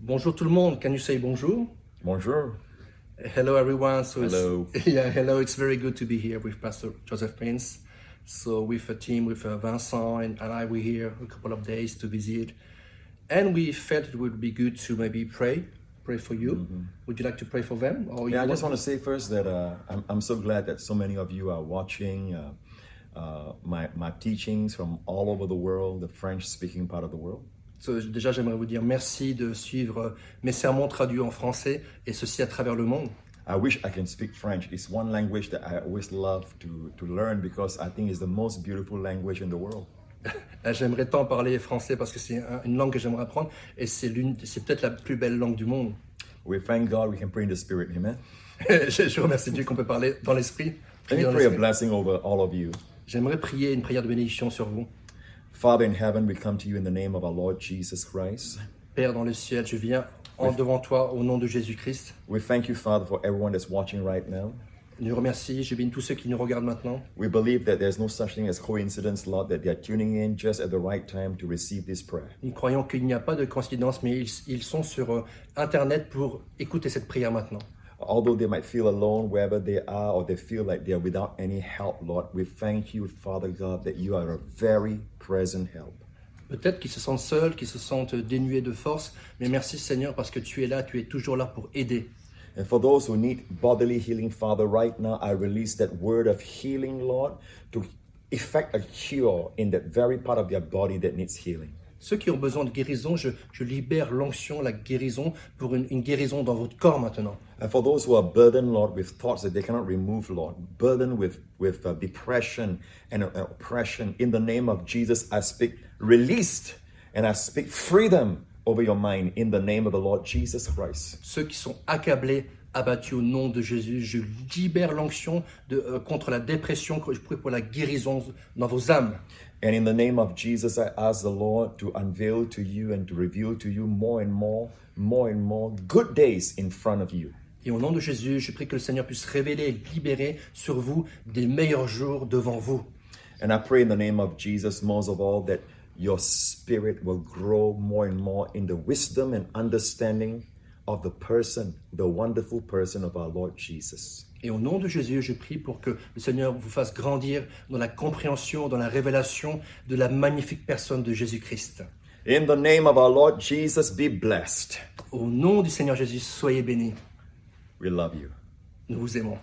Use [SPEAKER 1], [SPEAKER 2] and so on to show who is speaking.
[SPEAKER 1] Bonjour tout le monde. Can you say bonjour?
[SPEAKER 2] Bonjour.
[SPEAKER 1] Hello everyone. So it's-
[SPEAKER 2] Hello.
[SPEAKER 1] yeah, hello. It's very good to be here with Pastor Joseph Prince. So with a team with uh, Vincent and, and I, we're here a couple of days to visit, and we felt it would be good to maybe pray, pray for you. Would you like to pray for them? Or
[SPEAKER 2] Mm-hmm. Yeah, I
[SPEAKER 1] you
[SPEAKER 2] just want to say first that uh, I'm, I'm so glad that so many of you are watching uh, uh, my, my teachings from all over the world, the French speaking part of the world.
[SPEAKER 1] So, déjà, j'aimerais vous dire merci de suivre euh, mes sermons traduits en français et ceci à travers le monde.
[SPEAKER 2] I wish I can speak French. It's one language that I always love to, to learn because I think it's the most beautiful language in the world.
[SPEAKER 1] Euh, J'aimerais tant parler français parce que c'est un- une langue que j'aimerais apprendre et c'est l'une, c'est peut-être la plus belle langue du monde.
[SPEAKER 2] We thank God we can pray in the Spirit. Amen.
[SPEAKER 1] je, je remercie Dieu qu'on peut parler dans l'esprit.
[SPEAKER 2] Let
[SPEAKER 1] prier
[SPEAKER 2] me
[SPEAKER 1] dans
[SPEAKER 2] pray a
[SPEAKER 1] l'esprit.
[SPEAKER 2] blessing over all of you.
[SPEAKER 1] J'aimerais prier une prière de bénédiction sur vous.
[SPEAKER 2] Father in heaven, we come to you in the name of our Lord Jesus Christ.
[SPEAKER 1] Père dans le ciel, je viens en devant toi au nom de Jésus-Christ.
[SPEAKER 2] We thank you, Father, for everyone that's watching right now.
[SPEAKER 1] Je remercie, je bénis tous ceux qui nous regardent maintenant.
[SPEAKER 2] We believe that there's no such thing as coincidence, Lord, that they are tuning in just at the right time to receive this prayer.
[SPEAKER 1] Nous croyons qu'il n'y a pas de coïncidence, mais ils, ils sont sur euh, Internet pour écouter cette prière maintenant.
[SPEAKER 2] Although they might feel alone wherever they are or they feel like they are without any help, Lord, we thank you, Father God, that you are a very present help.
[SPEAKER 1] Peut-être qu'ils se sentent seuls, qu'ils se sentent euh, dénués de force, mais merci Seigneur parce que tu es là, tu es toujours là pour aider.
[SPEAKER 2] And for those who need bodily healing, Father, right now I release that word of healing, Lord, to effect a cure in that very part of their body that needs healing.
[SPEAKER 1] Ceux qui ont besoin de guérison, je, je libère l'onction, la guérison, pour une, une guérison dans votre corps maintenant.
[SPEAKER 2] And for those who are burdened, Lord, with thoughts that they cannot remove, Lord, burdened with with uh, depression and uh, oppression, in the name of Jesus, I speak released and I speak freedom over your mind in the name of the Lord Jesus Christ.
[SPEAKER 1] Ceux qui sont accablés, abattus au nom de Jésus, je libère l'onction de, euh, contre la dépression, que je prie pour la guérison dans vos âmes.
[SPEAKER 2] And in the name of Jesus, I ask the Lord to unveil to you and to reveal to you more and more, more and more good days in front of you.
[SPEAKER 1] Et au nom de Jésus, je prie que le Seigneur puisse révéler et libérer sur vous des meilleurs jours devant vous.
[SPEAKER 2] And I pray in the name of Jesus, most of all, that your spirit will grow more and more in the wisdom and understanding of the person, the wonderful person of our Lord Jesus.
[SPEAKER 1] Et au nom de Jésus, je prie pour que le Seigneur vous fasse grandir dans la compréhension, dans la révélation de la magnifique personne de Jésus-Christ.
[SPEAKER 2] In the name of our Lord Jesus, be blessed.
[SPEAKER 1] Au nom du Seigneur Jésus, soyez bénis.
[SPEAKER 2] We love you.
[SPEAKER 1] Nous vous aimons.